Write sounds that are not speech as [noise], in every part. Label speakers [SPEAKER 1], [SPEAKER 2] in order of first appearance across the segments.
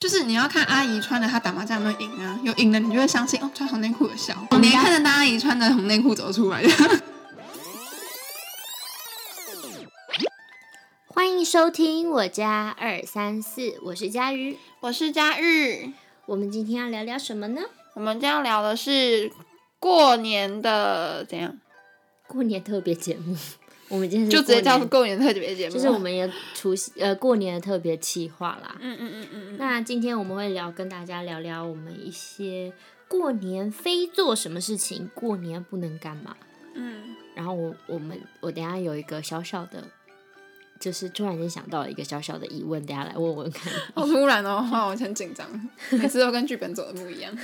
[SPEAKER 1] 就是你要看阿姨穿的，她打麻将有没有赢啊？有赢的，你就会相信哦，穿红内裤有效。我连看着大阿姨穿着红内裤走出来的。 [laughs]
[SPEAKER 2] 欢迎收听我家二三四，我是佳瑜。
[SPEAKER 3] 我是佳玉，
[SPEAKER 2] 我们今天要聊聊什么呢？
[SPEAKER 3] 我们今天要聊的是过年的怎样，
[SPEAKER 2] 过年特别节目。 [laughs] 我们今天是
[SPEAKER 3] 就直接
[SPEAKER 2] 过
[SPEAKER 3] 叫
[SPEAKER 2] 年
[SPEAKER 3] 过年特别节目。
[SPEAKER 2] 就是我们也除夕呃过年的特别企划啦。
[SPEAKER 3] 嗯嗯嗯嗯嗯，
[SPEAKER 2] 那今天我们会聊跟大家聊聊我们一些过年非做什么事情，过年不能干嘛。
[SPEAKER 3] 嗯，
[SPEAKER 2] 然后我我们我等一下有一个小小的，就是突然间想到一个小小的疑问，等一下来问问 [laughs] 看。
[SPEAKER 1] 好突然哦，哇，我很紧张，每次都跟剧本走的不一样。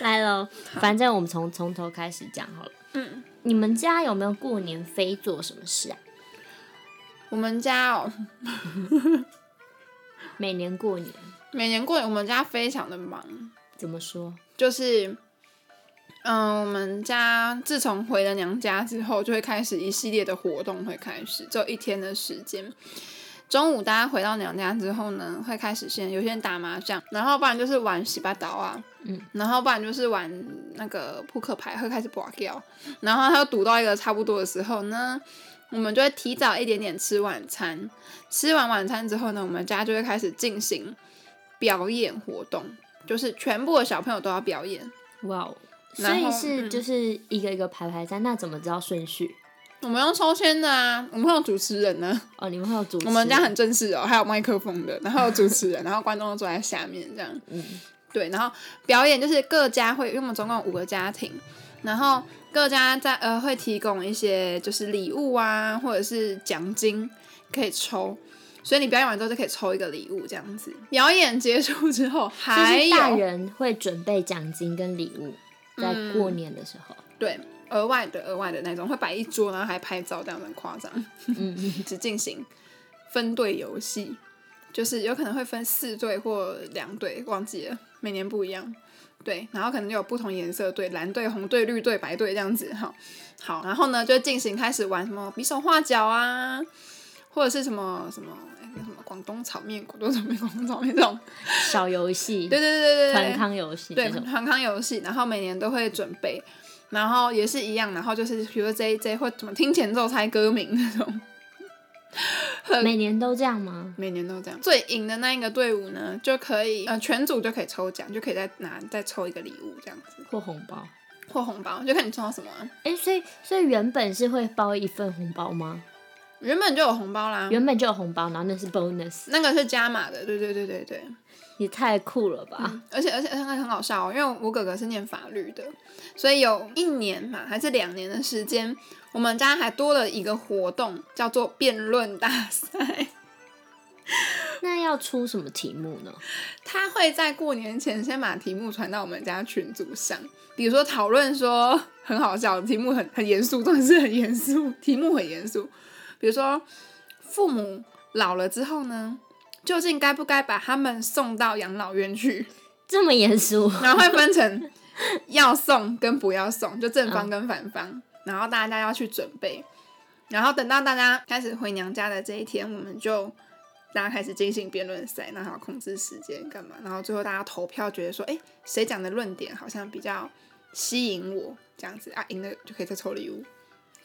[SPEAKER 2] 来喽，反正我们从从头开始讲好了。
[SPEAKER 3] 嗯，
[SPEAKER 2] 你们家有没有过年非做什么事啊？
[SPEAKER 3] 我们家哦，
[SPEAKER 2] 每年过年
[SPEAKER 3] 每年过年我们家非常的忙，
[SPEAKER 2] 怎么说？
[SPEAKER 3] 就是，嗯，我们家自从回了娘家之后，就会开始一系列的活动会开始，只有一天的时间。中午大家回到娘家之后呢，会开始先有些人打麻将，然后不然就是玩洗八刀啊，
[SPEAKER 2] 嗯，
[SPEAKER 3] 然后不然就是玩那个扑克牌，会开始拔掉，然后他赌到一个差不多的时候呢，我们就会提早一点点吃晚餐，吃完晚餐之后呢，我们家就会开始进行表演活动，就是全部的小朋友都要表演。
[SPEAKER 2] 哇哦！所
[SPEAKER 3] 然
[SPEAKER 2] 以
[SPEAKER 3] 后
[SPEAKER 2] 是
[SPEAKER 3] 嗯
[SPEAKER 2] 就是一个一个排排站，那怎么知道顺序？
[SPEAKER 3] 我们用抽签的啊，我们会有主持人呢、
[SPEAKER 2] 哦，你们会有主持？
[SPEAKER 3] 我们家很正式哦，还有麦克风的，然后有主持
[SPEAKER 2] [laughs]
[SPEAKER 3] 人，然后观众都坐在下面这样。
[SPEAKER 2] 嗯，
[SPEAKER 3] 对，然后表演就是各家会，因为我们总共有五个家庭，然后各家在呃会提供一些就是礼物啊，或者是奖金可以抽，所以你表演完之后就可以抽一个礼物这样子。表演结束之后还
[SPEAKER 2] 就是大
[SPEAKER 3] 有
[SPEAKER 2] 人会准备奖金跟礼物，在过年的时候。
[SPEAKER 3] 对额外的额外的那种，会摆一桌，然后还拍照，这样很夸张。
[SPEAKER 2] 嗯嗯，
[SPEAKER 3] 只进行分队游戏，就是有可能会分四队或两队，忘记了，每年不一样。对，然后可能有不同颜色队，蓝队、红队、绿队、白队这样子哈。好，然后呢就进行开始玩什么比手画脚啊，或者是什么什么哎那什么广东炒面、广东炒面、广东炒面这种。
[SPEAKER 2] 小游戏，
[SPEAKER 3] 对对对对对对
[SPEAKER 2] 团，康游戏
[SPEAKER 3] 对
[SPEAKER 2] 这种。
[SPEAKER 3] 团康游戏，然后每年都会准备，然后也是一样，然后就是比如说这一这一会怎么听前奏猜歌名那种。
[SPEAKER 2] 每年都这样吗？
[SPEAKER 3] 每年都这样。最赢的那一个队伍呢，就可以呃全组就可以抽奖，就可以再拿再抽一个礼物这样子，
[SPEAKER 2] 或红包？
[SPEAKER 3] 或红包，就看你抽到什么啊、
[SPEAKER 2] 哎、所以所以原本是会包一份红包吗？
[SPEAKER 3] 原本就有红包啦，
[SPEAKER 2] 原本就有红包，然后那是 bonus，
[SPEAKER 3] 那个是加码的，对对对对对。
[SPEAKER 2] 也太酷了吧！
[SPEAKER 3] 而且而且那个很好笑哦，因为我哥哥是念法律的，所以有一年嘛还是两年的时间，我们家还多了一个活动，叫做辩论大赛。
[SPEAKER 2] 那要出什么题目呢？
[SPEAKER 3] 他会在过年前先把题目传到我们家群组上，比如说讨论说很好笑，题目很很严肃，真的是很严肃，题目很严肃。比如说父母老了之后呢，究竟该不该把他们送到养老院去？
[SPEAKER 2] 这么严肃？
[SPEAKER 3] 然后会分成要送跟不要送，就正方跟反方，然后大家要去准备。然后等到大家开始回娘家的这一天，我们就大家开始进行辩论赛，然后控制时间干嘛？然后最后大家投票，觉得说，哎，谁讲的论点好像比较吸引我，这样子啊，赢了就可以再抽礼物，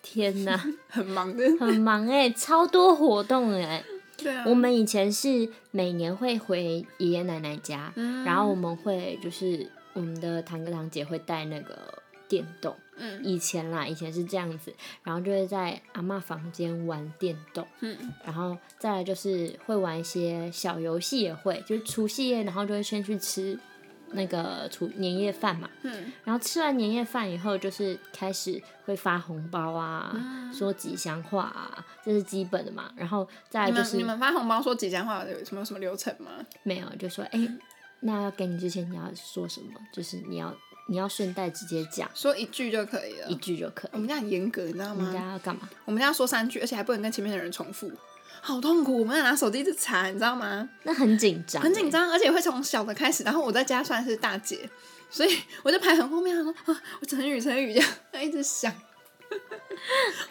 [SPEAKER 2] 天哪，
[SPEAKER 3] 很忙的。
[SPEAKER 2] 很忙哎、超多活动哎、
[SPEAKER 3] 对啊，
[SPEAKER 2] 我们以前是每年会回爷爷奶奶家，
[SPEAKER 3] 嗯
[SPEAKER 2] 然后我们会就是我们的堂哥堂姐会带那个电动，
[SPEAKER 3] 嗯
[SPEAKER 2] 以前啦，以前是这样子，然后就会在阿嬷房间玩电动，
[SPEAKER 3] 嗯
[SPEAKER 2] 然后再来就是会玩一些小游戏，也会就是除夕夜，然后就会先去吃那个除年夜饭嘛，
[SPEAKER 3] 嗯
[SPEAKER 2] 然后吃完年夜饭以后，就是开始会发红包啊，说吉祥话啊，这是基本的嘛。然后再来
[SPEAKER 3] 你
[SPEAKER 2] 就
[SPEAKER 3] 们
[SPEAKER 2] 是
[SPEAKER 3] 你们发红包说吉祥话有什么什么流程吗？
[SPEAKER 2] 没有，就说哎、那要给你之前你要说什么？就是你要你要顺带直接讲
[SPEAKER 3] 说一句就可以了
[SPEAKER 2] 一。句就可
[SPEAKER 3] 我
[SPEAKER 2] 以。
[SPEAKER 3] 们家很严格，你知道
[SPEAKER 2] 我
[SPEAKER 3] 吗？
[SPEAKER 2] 们家要干嘛？
[SPEAKER 3] 我们家说三句，而且还不能跟前面的人重复，好痛苦。我们要拿手机一直查，你知道吗？
[SPEAKER 2] 那很紧张、欸
[SPEAKER 3] 很紧。张，而且会从小的开始。然后我在家算是大姐，所以我就排很后面，然后说啊，我成语成语这样，一直想。 [laughs]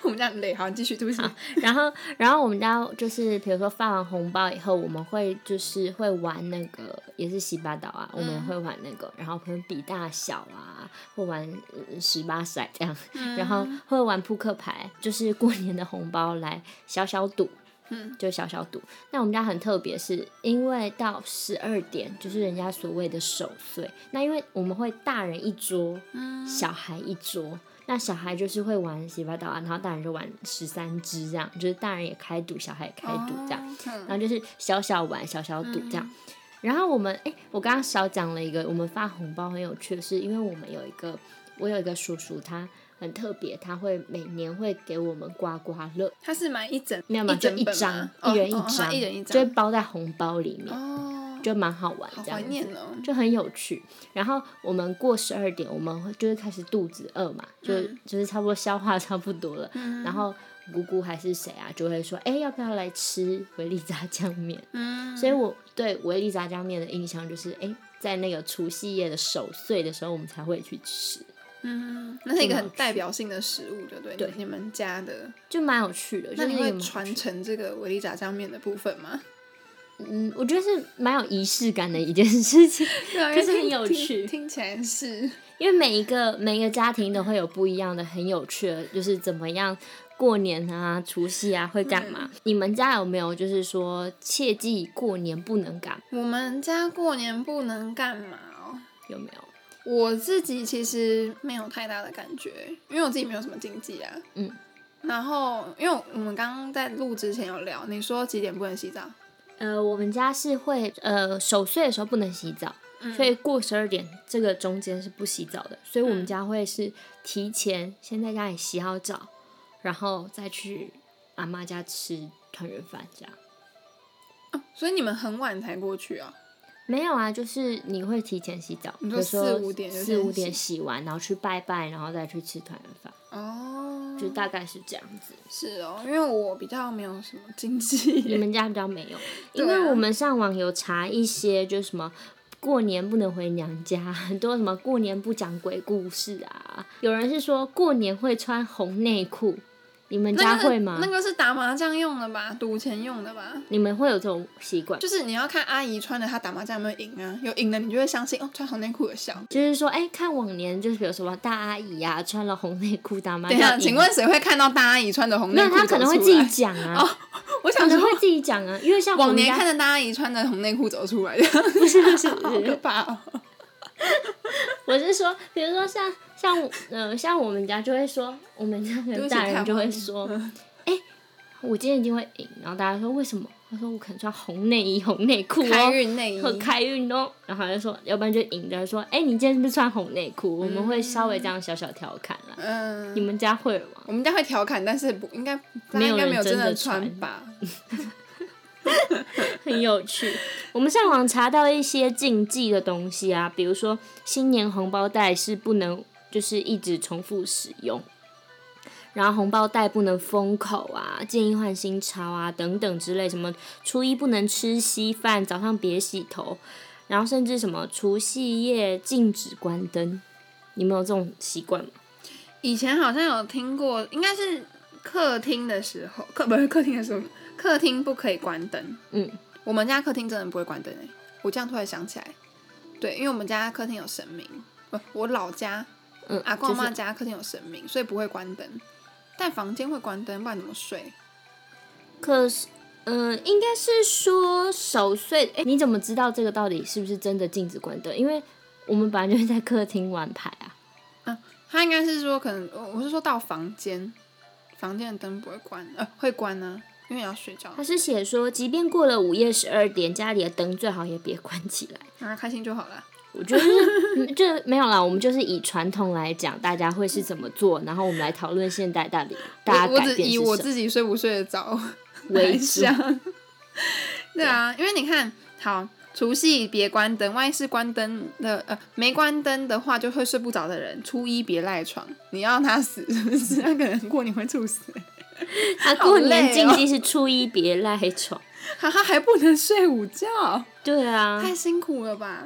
[SPEAKER 3] 我们这样很累，好，你继续，对不起。
[SPEAKER 2] 然后，然后我们家就是，比如说发完红包以后，我们会就是会玩那个，也是洗八岛啊，我
[SPEAKER 3] 嗯
[SPEAKER 2] 们也会玩那个，然后可能比大小啊，会玩嗯十八骰这样，然后会玩扑克牌，就是过年的红包来小小赌。
[SPEAKER 3] 嗯，
[SPEAKER 2] 就小小赌。那我们家很特别，是因为到十二点就是人家所谓的守岁。那因为我们会大人一桌，小孩一桌。那小孩就是会玩洗八刀啊，然后大人就玩十三支这样，就是大人也开赌，小孩也开赌这样。
[SPEAKER 3] 嗯
[SPEAKER 2] 然后就是小小玩、小小赌这样。然后我们，哎，我刚刚少讲了一个，我们发红包很有趣的是，因为我们有一个，我有一个叔叔，他很特别，他会每年会给我们刮刮乐，
[SPEAKER 3] 他是买一整，
[SPEAKER 2] 没有嘛，就
[SPEAKER 3] 整
[SPEAKER 2] 一
[SPEAKER 3] 本
[SPEAKER 2] 张
[SPEAKER 3] 吗，哦
[SPEAKER 2] 一人一
[SPEAKER 3] 哦
[SPEAKER 2] 张，
[SPEAKER 3] 他一人一
[SPEAKER 2] 就会
[SPEAKER 3] 张，
[SPEAKER 2] 包在红包里面，
[SPEAKER 3] 哦，
[SPEAKER 2] 就蛮好玩
[SPEAKER 3] 好
[SPEAKER 2] 这样
[SPEAKER 3] 怀
[SPEAKER 2] 子。
[SPEAKER 3] 念哦。
[SPEAKER 2] 就很有趣。然后我们过十二点，我们会就是开始肚子饿嘛，就、
[SPEAKER 3] 嗯
[SPEAKER 2] 就是差不多消化差不多了。然后姑姑还是谁啊，就会说：“哎、要不要来吃维力炸酱面？”
[SPEAKER 3] 嗯，
[SPEAKER 2] 所以我对维力炸酱面的印象就是，哎、在那个除夕夜的守岁的时候，我们才会去吃，
[SPEAKER 3] 嗯，那是一个
[SPEAKER 2] 很有
[SPEAKER 3] 很
[SPEAKER 2] 趣
[SPEAKER 3] 代表性的食物，对不对？
[SPEAKER 2] 对
[SPEAKER 3] 你们家的，
[SPEAKER 2] 就蛮有趣的。
[SPEAKER 3] 那
[SPEAKER 2] 就是
[SPEAKER 3] 你
[SPEAKER 2] 一个
[SPEAKER 3] 会
[SPEAKER 2] 蛮
[SPEAKER 3] 传承这个维力炸酱面的部分吗？
[SPEAKER 2] 嗯，我觉得是蛮有仪式感的一件事情。
[SPEAKER 3] 对啊，
[SPEAKER 2] 可是
[SPEAKER 3] 因为听
[SPEAKER 2] 很有
[SPEAKER 3] 听
[SPEAKER 2] 趣
[SPEAKER 3] 听起来是，
[SPEAKER 2] 因为每一个每一个家庭都会有不一样的很有趣的，就是怎么样过年啊、除夕啊会干嘛、你们家有没有就是说切记过年不能干？
[SPEAKER 3] 我们家过年不能干嘛哦？
[SPEAKER 2] 有没有？
[SPEAKER 3] 我自己其实没有太大的感觉，因为我自己没有什么禁忌啊。
[SPEAKER 2] 嗯。
[SPEAKER 3] 然后，因为我们刚刚在录之前有聊，你说几点不能洗澡？
[SPEAKER 2] 呃，我们家是会呃守岁的时候不能洗澡，
[SPEAKER 3] 嗯
[SPEAKER 2] 所以过十二点这个中间是不洗澡的，所以我们家会是提前先在家里洗好澡，然后再去阿妈家吃团圆饭这样。
[SPEAKER 3] 哦所以你们很晚才过去啊？
[SPEAKER 2] 没有啊，就是你会提前洗澡，
[SPEAKER 3] 你
[SPEAKER 2] 比
[SPEAKER 3] 说
[SPEAKER 2] 如说
[SPEAKER 3] 四五点就
[SPEAKER 2] 四
[SPEAKER 3] 先
[SPEAKER 2] 五点
[SPEAKER 3] 洗
[SPEAKER 2] 洗完，然后去拜拜，然后再去吃团圆饭，
[SPEAKER 3] 哦，
[SPEAKER 2] 就大概是这样子。
[SPEAKER 3] 是哦，因为我比较没有什么禁
[SPEAKER 2] 你
[SPEAKER 3] 忌。
[SPEAKER 2] 们家比较没有，
[SPEAKER 3] 对
[SPEAKER 2] 因
[SPEAKER 3] 啊
[SPEAKER 2] 为我们上网有查一些，就是什么。过年不能回娘家，很多什么过年不讲鬼故事啊。有人是说过年会穿红内裤，你们家
[SPEAKER 3] 那个
[SPEAKER 2] 会吗？
[SPEAKER 3] 那个是打麻将用的吧，赌钱用的吧？
[SPEAKER 2] 你们会有这种习惯？
[SPEAKER 3] 就是你要看阿姨穿的，她打麻将有没有赢啊？有赢了，你就会相信哦，穿红内裤有效。
[SPEAKER 2] 就是说，哎、看往年就是比如什么大阿姨啊，穿了红内裤打麻
[SPEAKER 3] 等一下，
[SPEAKER 2] 将，
[SPEAKER 3] 请问谁会看到大阿姨穿的红
[SPEAKER 2] 没
[SPEAKER 3] 内
[SPEAKER 2] 有？
[SPEAKER 3] 裤走出
[SPEAKER 2] 他
[SPEAKER 3] 来？
[SPEAKER 2] 可
[SPEAKER 3] 哦
[SPEAKER 2] 能会自己讲啊。
[SPEAKER 3] [laughs] 我
[SPEAKER 2] 可
[SPEAKER 3] 想
[SPEAKER 2] 能
[SPEAKER 3] 说，
[SPEAKER 2] 会自己讲啊，因为像
[SPEAKER 3] 往
[SPEAKER 2] 我们
[SPEAKER 3] 年
[SPEAKER 2] 家
[SPEAKER 3] 看着大阿姨穿的红内裤走出来的， [laughs]
[SPEAKER 2] [laughs] 不是不是
[SPEAKER 3] 好
[SPEAKER 2] 不
[SPEAKER 3] 可
[SPEAKER 2] 是，
[SPEAKER 3] 怕哦。
[SPEAKER 2] 我是说，比如说像像呃像我们家就会说，我们家
[SPEAKER 3] 对不
[SPEAKER 2] 的
[SPEAKER 3] 起
[SPEAKER 2] 大人
[SPEAKER 3] 看嗯
[SPEAKER 2] 就
[SPEAKER 3] 不
[SPEAKER 2] 会
[SPEAKER 3] 到
[SPEAKER 2] 说，哎、我今天一定会赢，然后大家说为什么？他说我可能穿红内衣、红内裤
[SPEAKER 3] 开
[SPEAKER 2] 哦。
[SPEAKER 3] 运内衣，
[SPEAKER 2] 很开运哦，然后他就说，要不然就赢的说，哎、你今天是不是穿红内裤？我们会稍微这样小小调侃啦。
[SPEAKER 3] 嗯
[SPEAKER 2] 你，们家会吗？
[SPEAKER 3] 我们家会调侃，但是不应该，大
[SPEAKER 2] 没
[SPEAKER 3] 家应
[SPEAKER 2] 有
[SPEAKER 3] 该
[SPEAKER 2] 人
[SPEAKER 3] 没有
[SPEAKER 2] 真的
[SPEAKER 3] 的
[SPEAKER 2] 穿
[SPEAKER 3] 吧？
[SPEAKER 2] 很有趣。我们上网查到一些禁忌的东西啊，比如说新年红包袋是不能就是一直重复使用，然后红包袋不能封口啊，建议换新钞啊等等之类，什么初一不能吃稀饭，早上别洗头，然后甚至什么除夕夜禁止关灯。你们有这种习惯吗？
[SPEAKER 3] 以前好像有听过，应该是客厅的时候，客不是客厅的时候，客厅不可以关灯。
[SPEAKER 2] 嗯，
[SPEAKER 3] 我们家客厅真的不会关灯诶、我这样突然想起来，对，因为我们家客厅有神明，不，我老家
[SPEAKER 2] 嗯，
[SPEAKER 3] 阿公
[SPEAKER 2] 就
[SPEAKER 3] 阿
[SPEAKER 2] 是
[SPEAKER 3] 妈家客厅有神明，所以不会关灯，但房间会关灯，不然怎么睡？
[SPEAKER 2] 可是，嗯，应该是说守岁。哎、你怎么知道这个到底是不是真的禁止关灯？因为我们本来就是在客厅玩牌啊。
[SPEAKER 3] 他应该是说，可能我我是说到房间，房间的灯不会关，呃，会关呢、因为你要睡觉
[SPEAKER 2] 他，是写说，即便过了午夜十二点，家里的灯最好也别关起来。
[SPEAKER 3] 让啊他开心就好了。
[SPEAKER 2] 我觉得是 [laughs] 嗯这没有啦，我们就是以传统来讲，大家会是怎么做，然后我们来讨论现代到底
[SPEAKER 3] 我
[SPEAKER 2] 大家
[SPEAKER 3] 我
[SPEAKER 2] 改
[SPEAKER 3] 只
[SPEAKER 2] 变
[SPEAKER 3] 以
[SPEAKER 2] 是
[SPEAKER 3] 我
[SPEAKER 2] 什么
[SPEAKER 3] 自己睡不睡得着
[SPEAKER 2] 为
[SPEAKER 3] 为
[SPEAKER 2] 主。 [laughs]
[SPEAKER 3] 想。对啊，因为你看，好，除夕别关灯，万一是关灯的，呃，没关灯的话就会睡不着的人，初一别赖床，你要他死是不是？他 [laughs] 可能过年会猝死， [laughs]
[SPEAKER 2] 他过
[SPEAKER 3] 好累
[SPEAKER 2] 年
[SPEAKER 3] 哦
[SPEAKER 2] 禁忌是初一别赖床。
[SPEAKER 3] 哈哈，还不能睡午觉，
[SPEAKER 2] 对啊，
[SPEAKER 3] 太辛苦了吧？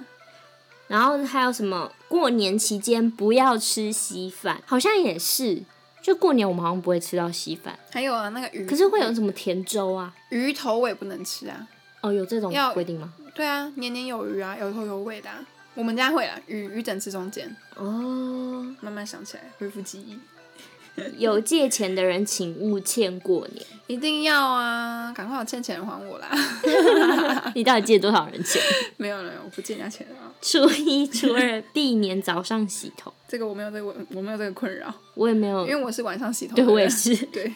[SPEAKER 2] 然后还有什么？过年期间不要吃稀饭，好像也是，就过年我们好像不会吃到稀饭，
[SPEAKER 3] 还有啊，那个鱼，
[SPEAKER 2] 可是会有什么甜粥啊？
[SPEAKER 3] 鱼头我也不能吃啊。
[SPEAKER 2] 哦，有这种
[SPEAKER 3] 要
[SPEAKER 2] 规定吗？
[SPEAKER 3] 对啊，年年有余啊，有头有尾的、啊。我们家会啦，鱼鱼整吃中间，
[SPEAKER 2] 哦，
[SPEAKER 3] 慢慢想起来，恢复记忆。
[SPEAKER 2] 有借钱的人请勿欠过
[SPEAKER 3] [laughs]
[SPEAKER 2] 年。
[SPEAKER 3] 一定要啊！赶快有欠钱的还我啦！ [laughs]
[SPEAKER 2] 你到底借多少人钱？
[SPEAKER 3] 没有了，我不借人家钱了啊。
[SPEAKER 2] 初一、初二避年早上洗头，
[SPEAKER 3] 这个我没有这个我我没有这个困扰，
[SPEAKER 2] 我也没有
[SPEAKER 3] 因。为我是晚上洗头的
[SPEAKER 2] 对
[SPEAKER 3] 人。
[SPEAKER 2] 我也是。
[SPEAKER 3] [laughs] 对，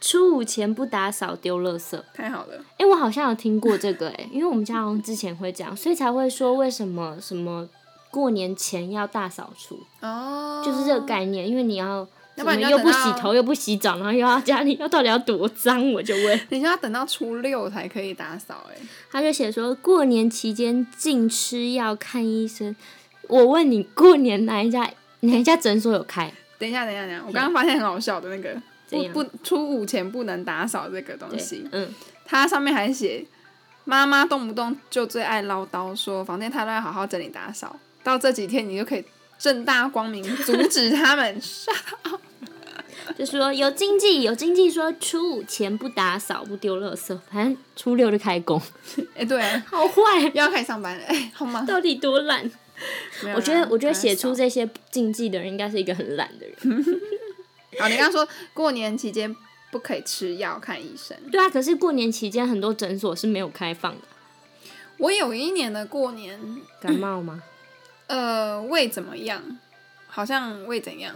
[SPEAKER 2] 初五前不打扫丢垃圾。
[SPEAKER 3] 太好了。
[SPEAKER 2] 哎、我好像有听过这个哎、因为我们家好像之前会这样，所以才会说为什么什么过年前要大扫除，
[SPEAKER 3] 哦，
[SPEAKER 2] 就是这个概念，因为你要。
[SPEAKER 3] 要不然
[SPEAKER 2] 怎
[SPEAKER 3] 你
[SPEAKER 2] 么
[SPEAKER 3] 就
[SPEAKER 2] 又不
[SPEAKER 3] 等
[SPEAKER 2] 洗
[SPEAKER 3] 到
[SPEAKER 2] 头，又不洗澡，然后又要家里 [laughs] 要到底要多脏，我就问。
[SPEAKER 3] 你就要等到初六才可以打扫哎、
[SPEAKER 2] 他就写说，过年期间禁吃药、看医生。我问你，过年哪一家哪一家诊所有开？
[SPEAKER 3] 等一下，等一下，等一下，我刚刚发现很好笑的那个，
[SPEAKER 2] 怎样
[SPEAKER 3] 不不，初五前不能打扫这个东
[SPEAKER 2] 对
[SPEAKER 3] 西，，
[SPEAKER 2] 嗯，
[SPEAKER 3] 它上面还写妈妈动不动就最爱唠叨说房间太乱，好好整理打扫。到这几天你就可以正大光明阻止他们。
[SPEAKER 2] 就说有经济，有经济说初五前不打扫、不丢垃圾，反正初六就开工，
[SPEAKER 3] [laughs] 哎、对啊，
[SPEAKER 2] 好坏
[SPEAKER 3] 又，要开始上班了，哎、好忙。
[SPEAKER 2] [laughs] 到底多懒？
[SPEAKER 3] 没有
[SPEAKER 2] 我觉得
[SPEAKER 3] 啦，
[SPEAKER 2] 我觉得写
[SPEAKER 3] 打
[SPEAKER 2] 出
[SPEAKER 3] 扫
[SPEAKER 2] 这些禁忌的人，应该是一个很懒的人。 [laughs]
[SPEAKER 3] 好，你刚刚说过年期间不可以吃药看医生。
[SPEAKER 2] 对啊，可是过年期间很多诊所是没有开放的，
[SPEAKER 3] 我有一年的过年，
[SPEAKER 2] 感冒吗？
[SPEAKER 3] 呃，胃怎么样？好像胃怎样？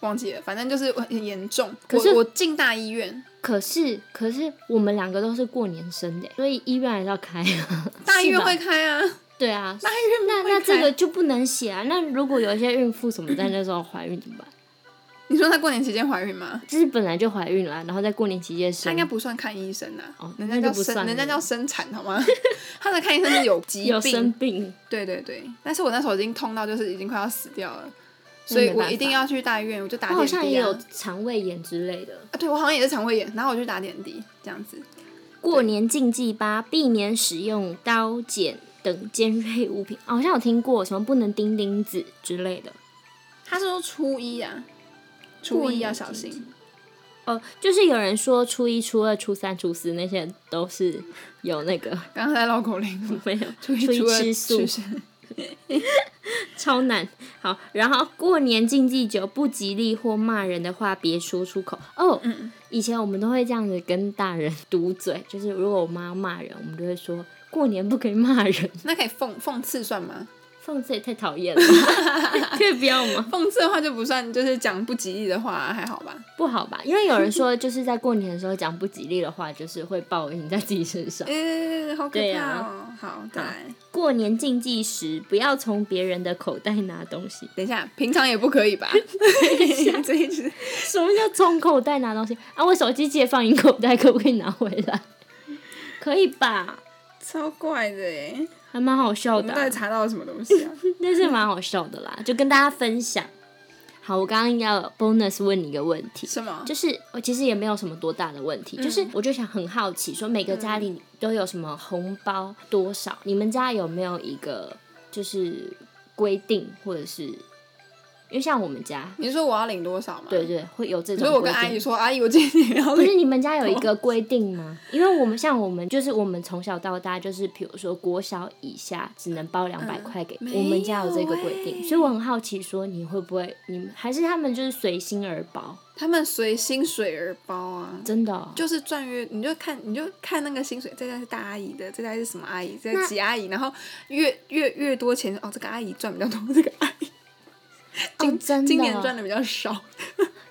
[SPEAKER 3] 忘记了，反正就是很严重。
[SPEAKER 2] 可是
[SPEAKER 3] 我我进大医院，
[SPEAKER 2] [laughs] 可是可是我们两个都是过年生的，欸所以医院还是要开。
[SPEAKER 3] [laughs] 大医院
[SPEAKER 2] 是吧
[SPEAKER 3] 会开啊，
[SPEAKER 2] 对啊，
[SPEAKER 3] 大医院
[SPEAKER 2] 那
[SPEAKER 3] 不会
[SPEAKER 2] 那这
[SPEAKER 3] 开
[SPEAKER 2] 个就不能写啊。那如果有一些孕妇什么在那时候怀孕怎么办？
[SPEAKER 3] 你说她过年期间怀孕吗？
[SPEAKER 2] 就是本来就怀孕了啊，然后在过年期间
[SPEAKER 3] 她
[SPEAKER 2] 生
[SPEAKER 3] 应该，不算看医生啊，
[SPEAKER 2] 嗯哦
[SPEAKER 3] 人家
[SPEAKER 2] 那就
[SPEAKER 3] 叫
[SPEAKER 2] 不算
[SPEAKER 3] 生，人家
[SPEAKER 2] 了
[SPEAKER 3] 叫生产好吗？ [laughs] 她的看医生是有疾
[SPEAKER 2] 有生
[SPEAKER 3] 病，
[SPEAKER 2] 病，
[SPEAKER 3] 对对对。但是我那时候已经痛到就是已经快要死掉了，
[SPEAKER 2] 那
[SPEAKER 3] 所以
[SPEAKER 2] 没
[SPEAKER 3] 我
[SPEAKER 2] 办
[SPEAKER 3] 一定
[SPEAKER 2] 法
[SPEAKER 3] 要去大医院，我就打
[SPEAKER 2] 我好
[SPEAKER 3] 点
[SPEAKER 2] 像
[SPEAKER 3] 滴
[SPEAKER 2] 也
[SPEAKER 3] 啊
[SPEAKER 2] 有。肠胃炎之类的。
[SPEAKER 3] 啊，对我好像也是肠胃炎，然后我就打点滴这样子。
[SPEAKER 2] 过年禁忌八，避免使用刀剪等尖锐物品， [laughs] 好像有听过什么不能钉钉子之类的。
[SPEAKER 3] 他是说初一啊，初一要小心。
[SPEAKER 2] 哦，就是有人说初一、初二、初三、初四那些都是有那个？
[SPEAKER 3] 刚刚在绕口令吗
[SPEAKER 2] 没有
[SPEAKER 3] 初一
[SPEAKER 2] 初
[SPEAKER 3] 初二
[SPEAKER 2] 吃素
[SPEAKER 3] 吃，素
[SPEAKER 2] 超难。好，然后过年禁忌酒，不吉利或骂人的话别说出口。哦，
[SPEAKER 3] 嗯
[SPEAKER 2] 以前我们都会这样子跟大人嘟嘴， [laughs] 就是如果我妈要骂人，我们就会说过年不可以骂人， [laughs]
[SPEAKER 3] 那可以讽讽刺算吗？
[SPEAKER 2] 讽刺也太
[SPEAKER 3] [laughs]
[SPEAKER 2] 讨厌了，可以不要吗？
[SPEAKER 3] 讽刺的话就不算，就是讲不吉利的话、还好吧？
[SPEAKER 2] 不好吧？因为有人说就是在过年的时候讲不吉利的话，就是会报应在自己
[SPEAKER 3] [laughs]
[SPEAKER 2] 身上。
[SPEAKER 3] 嗯、好可
[SPEAKER 2] 对
[SPEAKER 3] 怕
[SPEAKER 2] 啊
[SPEAKER 3] 哦！好，再来。
[SPEAKER 2] 过年禁忌时，不要从别人的口袋拿东西。 [laughs]
[SPEAKER 3] 等一下，平常也不可以 [laughs] 吧？这一次
[SPEAKER 2] 什么叫从口袋拿东西啊？我手机借放你口袋，可不可以拿回来？ [laughs] 可以吧？
[SPEAKER 3] 超怪的哎！
[SPEAKER 2] 还蛮好笑
[SPEAKER 3] 我
[SPEAKER 2] 的
[SPEAKER 3] 们
[SPEAKER 2] 啊、
[SPEAKER 3] 到底查到了什么东西啊？
[SPEAKER 2] 但是蛮好笑的啦，就跟大家分享。好，我刚刚要 bonus 问你一个问
[SPEAKER 3] [laughs]
[SPEAKER 2] 题，
[SPEAKER 3] 什么？
[SPEAKER 2] 就是我其实也没有什么多大的问题，
[SPEAKER 3] 嗯
[SPEAKER 2] 就是我就想很好奇，说每个家里都有什么红包多少？你们家有没有一个就是规定，或者是因为像我们家，
[SPEAKER 3] 你是说我要领多少吗？
[SPEAKER 2] 对。对，会有这种
[SPEAKER 3] 所
[SPEAKER 2] 规
[SPEAKER 3] 以
[SPEAKER 2] 定。
[SPEAKER 3] 我跟阿姨哦说，阿姨，我今天要
[SPEAKER 2] 不是
[SPEAKER 3] [laughs] 领。
[SPEAKER 2] 你们家有一个规定吗？因为我们像我们就是我们从小到大就是，比如说国小以下只能包两百块给、
[SPEAKER 3] 嗯没
[SPEAKER 2] 我们家有这个规
[SPEAKER 3] 有欸
[SPEAKER 2] 定，所以我很好奇说你会不会你们还是他们就是随心而包，
[SPEAKER 3] 他们随薪水而包啊，
[SPEAKER 2] 真的哦、
[SPEAKER 3] 就是赚越，你就看你就看那个薪水，这家是大阿姨的，这家是什么阿姨，这家
[SPEAKER 2] 那
[SPEAKER 3] 几阿姨，然后越越越多钱，哦，这个阿姨赚比较多， [laughs] 这个阿姨啊
[SPEAKER 2] 哦真的哦
[SPEAKER 3] 今年赚的比较少。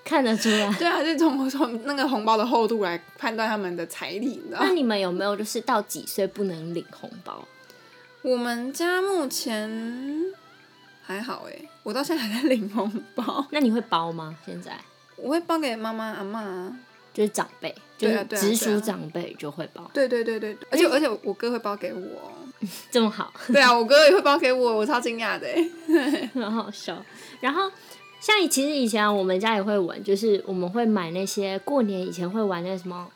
[SPEAKER 2] 看得出来。
[SPEAKER 3] 对啊，就从从那个红包的厚度来判断他们的财力，你知道吗
[SPEAKER 2] 那？你们有没有就是到几岁不能领红包？
[SPEAKER 3] 我们家目前还好哎，我到现在还在领红
[SPEAKER 2] [laughs]
[SPEAKER 3] 包，
[SPEAKER 2] 那你会包吗？现在
[SPEAKER 3] 我会包给妈妈阿妈、啊。
[SPEAKER 2] 就是长辈，就
[SPEAKER 3] 对啊
[SPEAKER 2] 是
[SPEAKER 3] 对啊
[SPEAKER 2] 直
[SPEAKER 3] 对
[SPEAKER 2] 属
[SPEAKER 3] 啊
[SPEAKER 2] 长辈就会包，
[SPEAKER 3] 对啊对对对，而且而且我哥会包给我。
[SPEAKER 2] 这么好。 [laughs]
[SPEAKER 3] 对啊，我哥也会包给我，我超惊讶的哎。
[SPEAKER 2] 很好笑。然后像其实以前我们家也会玩，就是我们会买那些过年以前会玩那什么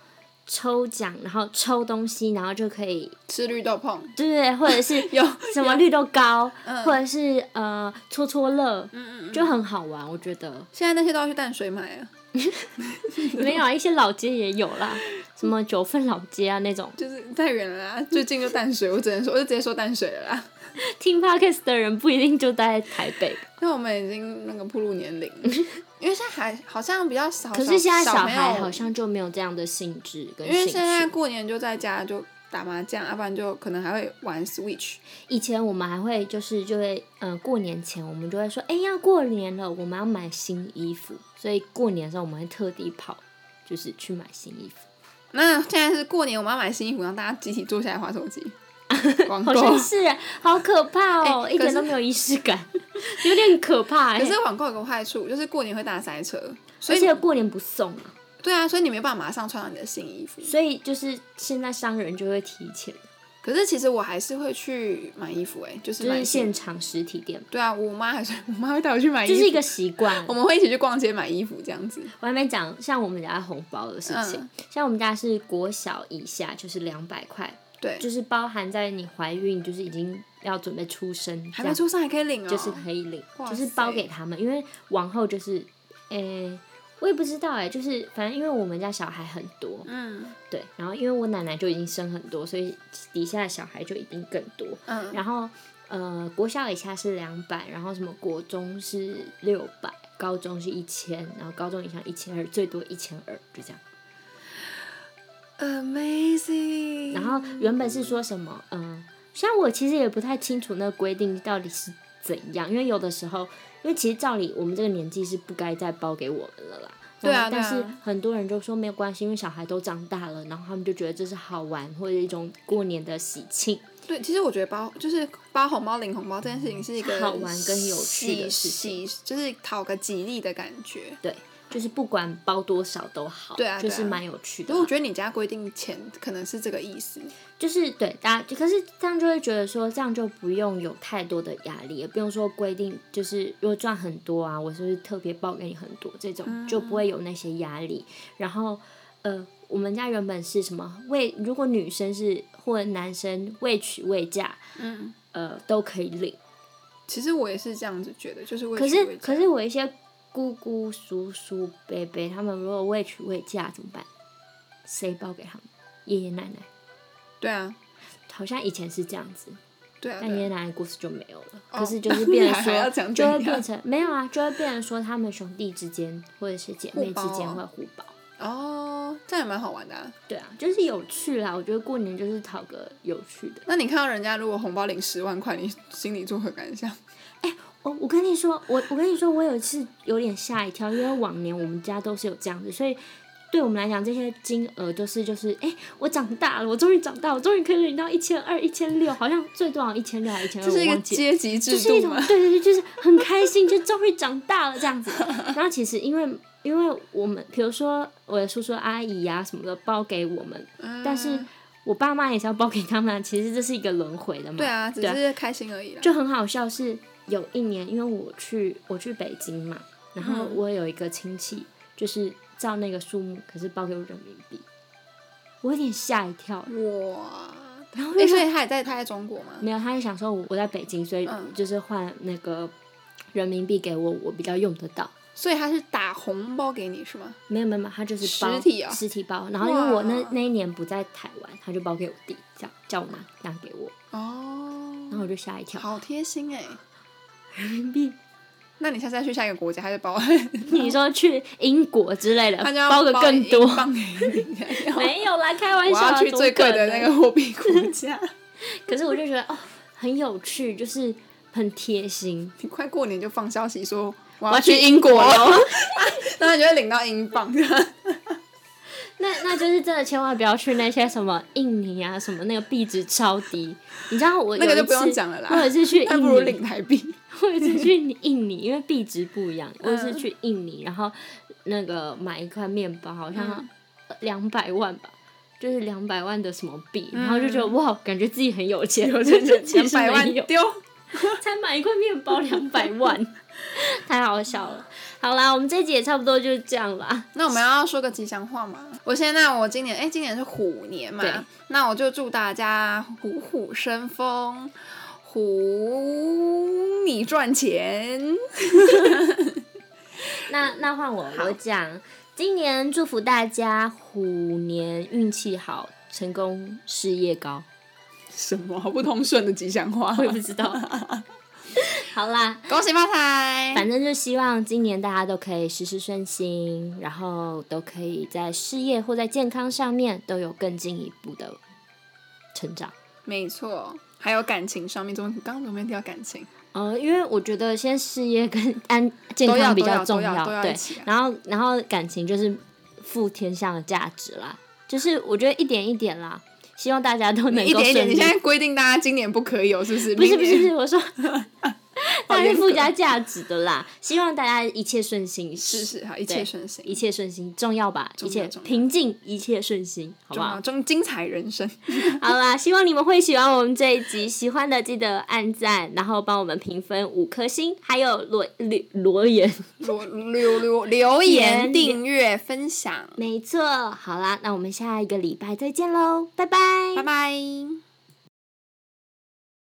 [SPEAKER 2] 抽奖，然后抽东西，然后就可以
[SPEAKER 3] 吃绿豆碰
[SPEAKER 2] 对对，对或者是
[SPEAKER 3] [laughs] 有嗯
[SPEAKER 2] 什么绿豆糕，或者是呃戳戳乐，就很好玩，我觉得。
[SPEAKER 3] [laughs] 现在那些都要去淡水买啊。
[SPEAKER 2] 没有啊，一些老街也有啦，什么九份老街啊那种。
[SPEAKER 3] 就是太远了
[SPEAKER 2] [laughs]
[SPEAKER 3] 啦，最近就淡水，我只能说，我就直接说淡水了啦。
[SPEAKER 2] 听 podcast 的人不一定就待在台北，
[SPEAKER 3] 因为我们已经那个步入年
[SPEAKER 2] [laughs]
[SPEAKER 3] 龄，因为现在还好像比较少，
[SPEAKER 2] 可是现在
[SPEAKER 3] 小
[SPEAKER 2] 小
[SPEAKER 3] 朋友
[SPEAKER 2] 孩好像就没有这样的兴致跟
[SPEAKER 3] 因为
[SPEAKER 2] 兴
[SPEAKER 3] 现在
[SPEAKER 2] 趣。
[SPEAKER 3] 过年就在家就打麻将，啊要、不然就可能还会玩 Switch。
[SPEAKER 2] 以前我们还会就是就会，嗯、过年前我们就会说，哎、要过年了，我们要买新衣服，所以过年的时候我们会特地跑，就是去买新衣服。
[SPEAKER 3] [laughs] 那现在是过年，我们要买新衣服，让大家集体坐下来划
[SPEAKER 2] [laughs]
[SPEAKER 3] 手机，网
[SPEAKER 2] 好
[SPEAKER 3] 购。
[SPEAKER 2] 像是，啊好可怕哦，
[SPEAKER 3] 哎
[SPEAKER 2] 一
[SPEAKER 3] 可
[SPEAKER 2] 点
[SPEAKER 3] 是
[SPEAKER 2] 都没有仪式感，有点可怕、哎
[SPEAKER 3] 可是网购有个坏处，就是过年会大塞车，所
[SPEAKER 2] 而
[SPEAKER 3] 以
[SPEAKER 2] 且过年不送啊，
[SPEAKER 3] 对啊，所以你没办法马上穿到你的新衣服。
[SPEAKER 2] 所以就是现在商人就会提前，
[SPEAKER 3] 可是其实我还是会去买衣服、欸，哎，就是
[SPEAKER 2] 就
[SPEAKER 3] 买
[SPEAKER 2] 是
[SPEAKER 3] 新
[SPEAKER 2] 现场实体店，
[SPEAKER 3] 对啊，我妈还是 [laughs] 我妈会带我去买衣
[SPEAKER 2] 这
[SPEAKER 3] 服，
[SPEAKER 2] 是一个习惯
[SPEAKER 3] 我。们会一起去逛街买衣服这样子。
[SPEAKER 2] 我还没讲像我们家红包的事情，
[SPEAKER 3] 嗯
[SPEAKER 2] 像我们家是国小以下就是两百块，
[SPEAKER 3] 对，
[SPEAKER 2] 就是包含在你怀孕，就是已经要准备出生，
[SPEAKER 3] 还
[SPEAKER 2] 这
[SPEAKER 3] 没
[SPEAKER 2] 样
[SPEAKER 3] 出生还可以领哦、
[SPEAKER 2] 就是可以领，
[SPEAKER 3] 哇
[SPEAKER 2] 就是包
[SPEAKER 3] 塞
[SPEAKER 2] 给他们，因为往后就是，诶、我也不知道诶、就是反正因为我们家小孩很多，
[SPEAKER 3] 嗯
[SPEAKER 2] 对，然后因为我奶奶就已经生很多，所以底下的小孩就一定更多。
[SPEAKER 3] 嗯，
[SPEAKER 2] 然后呃，国小以下是两百，然后什么国中是六百，高中是一千，然后高中以上一千二，最多一千二，就这样。
[SPEAKER 3] Amazing。
[SPEAKER 2] 然后原本是说什么，嗯、像我其实也不太清楚那个规定到底是怎样，因为有的时候，因为其实照理我们这个年纪是不该再包给我们了啦。
[SPEAKER 3] 对啊
[SPEAKER 2] 然后但
[SPEAKER 3] 对
[SPEAKER 2] 是
[SPEAKER 3] 啊
[SPEAKER 2] 很多人就说没有关系，因为小孩都长大了，然后他们就觉得这是好玩或者一种过年的喜庆。
[SPEAKER 3] 对，其实我觉得包就是包红包领红包这件事情是一个
[SPEAKER 2] 好玩跟有趣的
[SPEAKER 3] 喜
[SPEAKER 2] 事情
[SPEAKER 3] 喜就是讨个吉利的感觉。
[SPEAKER 2] 对，就是不管包多少都好，
[SPEAKER 3] 对啊对啊
[SPEAKER 2] 就是蛮有趣的
[SPEAKER 3] 所以。我觉得你家规定钱可能是这个意思，
[SPEAKER 2] 就是对大家，可是这样就会觉得说，这样就不用有太多的压力，也不用说规定，就是如果赚很多啊，我是不是特别报给你很多这种，就不
[SPEAKER 3] 嗯
[SPEAKER 2] 会有那些压力。然后，呃，我们家原本是什么为，如果女生是或男生未娶未嫁，
[SPEAKER 3] 嗯，
[SPEAKER 2] 呃，都可以领。
[SPEAKER 3] 其实我也是这样子觉得，就是为
[SPEAKER 2] 可
[SPEAKER 3] 娶
[SPEAKER 2] 是
[SPEAKER 3] 为嫁
[SPEAKER 2] 可是我一些姑姑、叔叔、伯伯他们如果未娶未嫁怎么办？谁包给他们？爷爷奶奶？
[SPEAKER 3] 对啊
[SPEAKER 2] 好像以前是这样子，
[SPEAKER 3] 对啊，
[SPEAKER 2] 但爷
[SPEAKER 3] 对
[SPEAKER 2] 爷
[SPEAKER 3] 啊
[SPEAKER 2] 奶奶的故事就没有了。
[SPEAKER 3] 哦
[SPEAKER 2] 可是就是变成
[SPEAKER 3] 还要
[SPEAKER 2] 说，
[SPEAKER 3] 讲
[SPEAKER 2] 就会
[SPEAKER 3] 怎样
[SPEAKER 2] 变成没有啊，就会变成说他们兄弟之间或者是姐妹之间
[SPEAKER 3] 互包
[SPEAKER 2] 会
[SPEAKER 3] 啊
[SPEAKER 2] 互包。
[SPEAKER 3] 哦，这样也蛮好玩的、啊。
[SPEAKER 2] 对啊，就是有趣啦。我觉得过年就是讨个有趣的。
[SPEAKER 3] 那你看到人家如果红包领十万块，你心里作何感想？
[SPEAKER 2] 哦，我跟你说，我我跟你说，我有一次有点吓一跳，因为往年我们家都是有这样子，所以对我们来讲，这些金额都是就是，哎、我长大了，我终于长大，我终于可以领到一千二、一千六，好像最多好像一千六还一千二，
[SPEAKER 3] 这是
[SPEAKER 2] 我
[SPEAKER 3] 一个
[SPEAKER 2] 忘记了。
[SPEAKER 3] 阶级
[SPEAKER 2] 就
[SPEAKER 3] 制
[SPEAKER 2] 是一
[SPEAKER 3] 度
[SPEAKER 2] 种
[SPEAKER 3] 吗？
[SPEAKER 2] 对对对，就是很开心，就终于长大了这样子。然后其实因为因为我们，比如说我的叔叔阿姨呀、什么的包给我们，但是
[SPEAKER 3] 嗯
[SPEAKER 2] 我爸妈也是要包给他们啊，其实这是一个轮回的嘛。
[SPEAKER 3] 对啊，只
[SPEAKER 2] 对啊
[SPEAKER 3] 是开心而已啦。
[SPEAKER 2] 就很好笑是，有一年因为我去我去北京嘛，然后
[SPEAKER 3] 嗯
[SPEAKER 2] 我有一个亲戚就是照那个数目，可是包给我人民币，我有点吓一跳。
[SPEAKER 3] 哇，
[SPEAKER 2] [laughs] 然后
[SPEAKER 3] 哎、
[SPEAKER 2] 就
[SPEAKER 3] 所以他也在他在中国吗？
[SPEAKER 2] 没有，他就想说我我在北京，所以
[SPEAKER 3] 嗯
[SPEAKER 2] 就是换那个人民币给我，我比较用得到。
[SPEAKER 3] 所以他是打红包给你是吗？
[SPEAKER 2] 没有没有，没有他就是包
[SPEAKER 3] 实体啊
[SPEAKER 2] 实体包。然后因为我那
[SPEAKER 3] 哇
[SPEAKER 2] 那一年不在台湾，他就包给我弟，这样叫我拿拿给我，然后
[SPEAKER 3] 哦，
[SPEAKER 2] 我就吓一跳， [laughs]
[SPEAKER 3] 好贴心哎、
[SPEAKER 2] 人民币。
[SPEAKER 3] 那你下次再去下一个国家，他就包，
[SPEAKER 2] 你说去英国之类的
[SPEAKER 3] [laughs] 他就，要
[SPEAKER 2] 包个更
[SPEAKER 3] 一
[SPEAKER 2] 多，
[SPEAKER 3] 磅给你。然后
[SPEAKER 2] [laughs] 没有啦，开玩
[SPEAKER 3] 我
[SPEAKER 2] 笑啊。
[SPEAKER 3] 要去
[SPEAKER 2] 怎么
[SPEAKER 3] 最贵
[SPEAKER 2] 可
[SPEAKER 3] 的
[SPEAKER 2] 能
[SPEAKER 3] 那个货币国家。
[SPEAKER 2] 可是我就觉得哦，很有趣，就是很贴心。
[SPEAKER 3] [laughs] 你快过年就放消息说我
[SPEAKER 2] 我要
[SPEAKER 3] 要
[SPEAKER 2] 去
[SPEAKER 3] 去
[SPEAKER 2] 英
[SPEAKER 3] 英
[SPEAKER 2] 国
[SPEAKER 3] 国哦
[SPEAKER 2] 喽
[SPEAKER 3] 了， [laughs] 那你就会领到英 [laughs] 镑。
[SPEAKER 2] [laughs] 那那就是真的，千万不要去那些什么印尼啊，什么那个币值超低。你知道我有
[SPEAKER 3] 那个
[SPEAKER 2] 一
[SPEAKER 3] 就不用
[SPEAKER 2] 次
[SPEAKER 3] 讲了啦
[SPEAKER 2] 我有一次去
[SPEAKER 3] 那
[SPEAKER 2] 印
[SPEAKER 3] 不如
[SPEAKER 2] 尼
[SPEAKER 3] 领，台 [laughs] 币。
[SPEAKER 2] [laughs] 我有一次去
[SPEAKER 3] 嗯
[SPEAKER 2] 印尼，因为币值不一样。我有一次去印尼，然后那个买一块面包，好像
[SPEAKER 3] 嗯
[SPEAKER 2] 两百万吧。就是两百万的什么币，
[SPEAKER 3] 嗯
[SPEAKER 2] 然后就觉得哇，感觉自己很有钱， [laughs] 我就觉得其
[SPEAKER 3] 两
[SPEAKER 2] 实
[SPEAKER 3] 百
[SPEAKER 2] 没
[SPEAKER 3] 万 [laughs]
[SPEAKER 2] 有，
[SPEAKER 3] 丢，
[SPEAKER 2] 才买一块面包两百万，
[SPEAKER 3] [laughs]
[SPEAKER 2] 太好笑了。好啦，我们这一集也差不多就是这样啦。
[SPEAKER 3] 那我们要说个吉祥话嘛？我现在我今年哎、今年是虎年嘛
[SPEAKER 2] 对，
[SPEAKER 3] 那我就祝大家虎虎生风，虎你赚钱。
[SPEAKER 2] 那那换我，我讲今年祝福大家虎年运气好，成功事业高。 [laughs]
[SPEAKER 3] 什么好不通顺的吉祥话？
[SPEAKER 2] 我也不知道。好啦，
[SPEAKER 3] [laughs] 恭喜发财！
[SPEAKER 2] 反正就希望今年大家都可以事事顺心，然后都可以在事业或在健康上面都有更进一步的成长。
[SPEAKER 3] 没错，还有感情上面，怎么刚刚怎么没提到感情？
[SPEAKER 2] 呃，因为我觉得先事业跟安健
[SPEAKER 3] 都要
[SPEAKER 2] 康比
[SPEAKER 3] 都
[SPEAKER 2] 较
[SPEAKER 3] 要
[SPEAKER 2] 重
[SPEAKER 3] 都要都要一
[SPEAKER 2] 对
[SPEAKER 3] 起啊，
[SPEAKER 2] 然后然后感情就是负天上的价值啦，就是我觉得一点一点啦，希望大家都能
[SPEAKER 3] 你一
[SPEAKER 2] 够
[SPEAKER 3] 点一点，
[SPEAKER 2] 顺
[SPEAKER 3] 你
[SPEAKER 2] 利
[SPEAKER 3] 现。在规定大家今年不可以有，是不是？
[SPEAKER 2] 不是
[SPEAKER 3] 明
[SPEAKER 2] 不是
[SPEAKER 3] 年
[SPEAKER 2] 不是，
[SPEAKER 3] [laughs]
[SPEAKER 2] 我说它
[SPEAKER 3] 严
[SPEAKER 2] 是
[SPEAKER 3] 格
[SPEAKER 2] 附加价值的啦，希望大家一切顺心，
[SPEAKER 3] 是是，好，一
[SPEAKER 2] 对
[SPEAKER 3] 切顺心，
[SPEAKER 2] 一切顺心，重要吧？
[SPEAKER 3] 重
[SPEAKER 2] 一
[SPEAKER 3] 要
[SPEAKER 2] 切
[SPEAKER 3] 重要
[SPEAKER 2] 平静，一切顺心，好不
[SPEAKER 3] 重要
[SPEAKER 2] 好？
[SPEAKER 3] 中精彩人生。 [laughs]
[SPEAKER 2] 好啦，希望你们会喜欢我们这一集，喜欢的记得按赞，然后帮我们评分五颗星，还有裸裸裸眼。
[SPEAKER 3] 留留留留言、订阅、分享，
[SPEAKER 2] 没错，好啦，那我们下一个礼拜再见喽，拜拜
[SPEAKER 3] 拜拜。